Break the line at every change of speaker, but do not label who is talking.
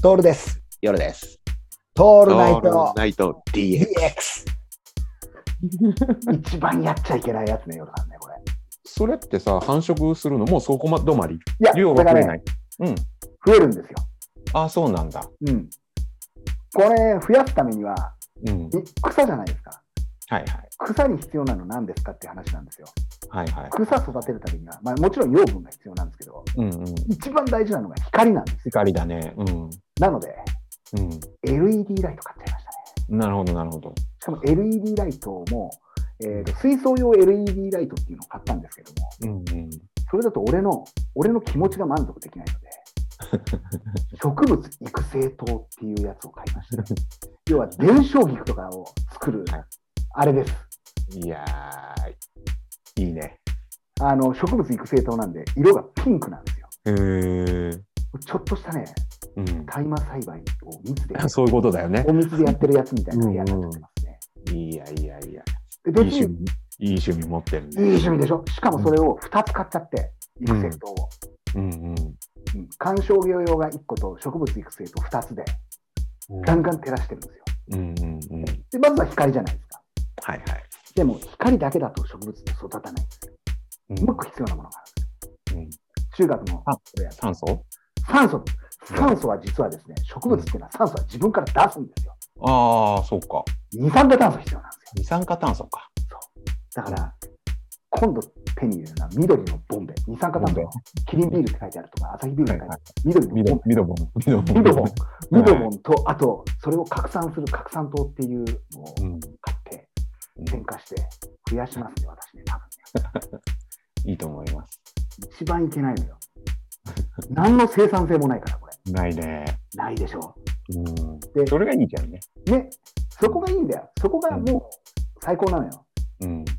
トールです。
夜です。
ト
オ
ールナイト
ナイト DX。
DX。一 番やっちゃいけないやつね、夜さんね、これ。
それってさ、繁殖するのもうそこまで止まり。
いや、
量
だ
が
か
増
ら
え
ね
ない。うん。
増えるんですよ。
ああ、そうなんだ。
うん。これ、増やすためには、
うん。
い草じゃないですか。
はいはい。
草に必要なの何ですかっていう話なんですよ。
はいはい。
草育てるためには、まあ、もちろん養分が必要なんですけど、
うんうん。
一番大事なのが光なんですよ。
光だね。うん。
なので、
う
LED ライト買っちゃいましたね。
ん。なるほど、なるほど。
しかも LED ライトも、えーと水槽用 LED ライトっていうのを買ったんですけども、
うんうん。
それだと俺の俺の気持ちが満足できないので 植物育成灯っていうやつを買いました要は伝承菊とかを作る
はい
あれです
いやー、いいね。
あの植物育成灯なんで色がピンクなんですよ
へえ。
ちょっとしたね
うん。
大麻栽培を蜜で
そういうことだよね
お。蜜でやってるやつみたいな部屋になってますね、
いやいやいや。
で
いい
別に
趣味、いい趣味持ってる
いい
ね。
趣味でしょしかもそれを2つ買っちゃって育成灯を、
うん
うん観賞魚用が1個と植物育成灯2つで
うん。
ガンガン照らしてるんですよ
うんうんうん。はい
でまずは光じゃないですか
はい。
でも光だけだと植物って育たないんですよ。
うん
もう一個必要なものがある
うん
中学の
あ
親が
炭素
酸素。酸素は実はですね、植物っていうのは酸素は自分から出すんですよ。
ああ、そうか。
二酸化炭素必要なんですよ。
二酸化炭素か。
だから、今度手に入れるのは緑のボンベ。二酸化炭
ボン
素。キリンビールって書いてあるとか、アサヒビールって書いてある。
ミ
緑の
ド
ボ
ミドボン。ミドボ
ンベ。緑のボ
ン
ン。緑のボンと、あと、それを拡散する拡散灯っていうのを
うん
買って、
うん
添加して増やしますね、私ね、多分。
いいと思います。
一番いけないのよ。何の生産性もないから、これ。
ないね。
ないでしょ
うん。
で
それがいいじゃんね。
う。ね、そこがいいんだよ。そこがもう最高なのよ。
うん。
で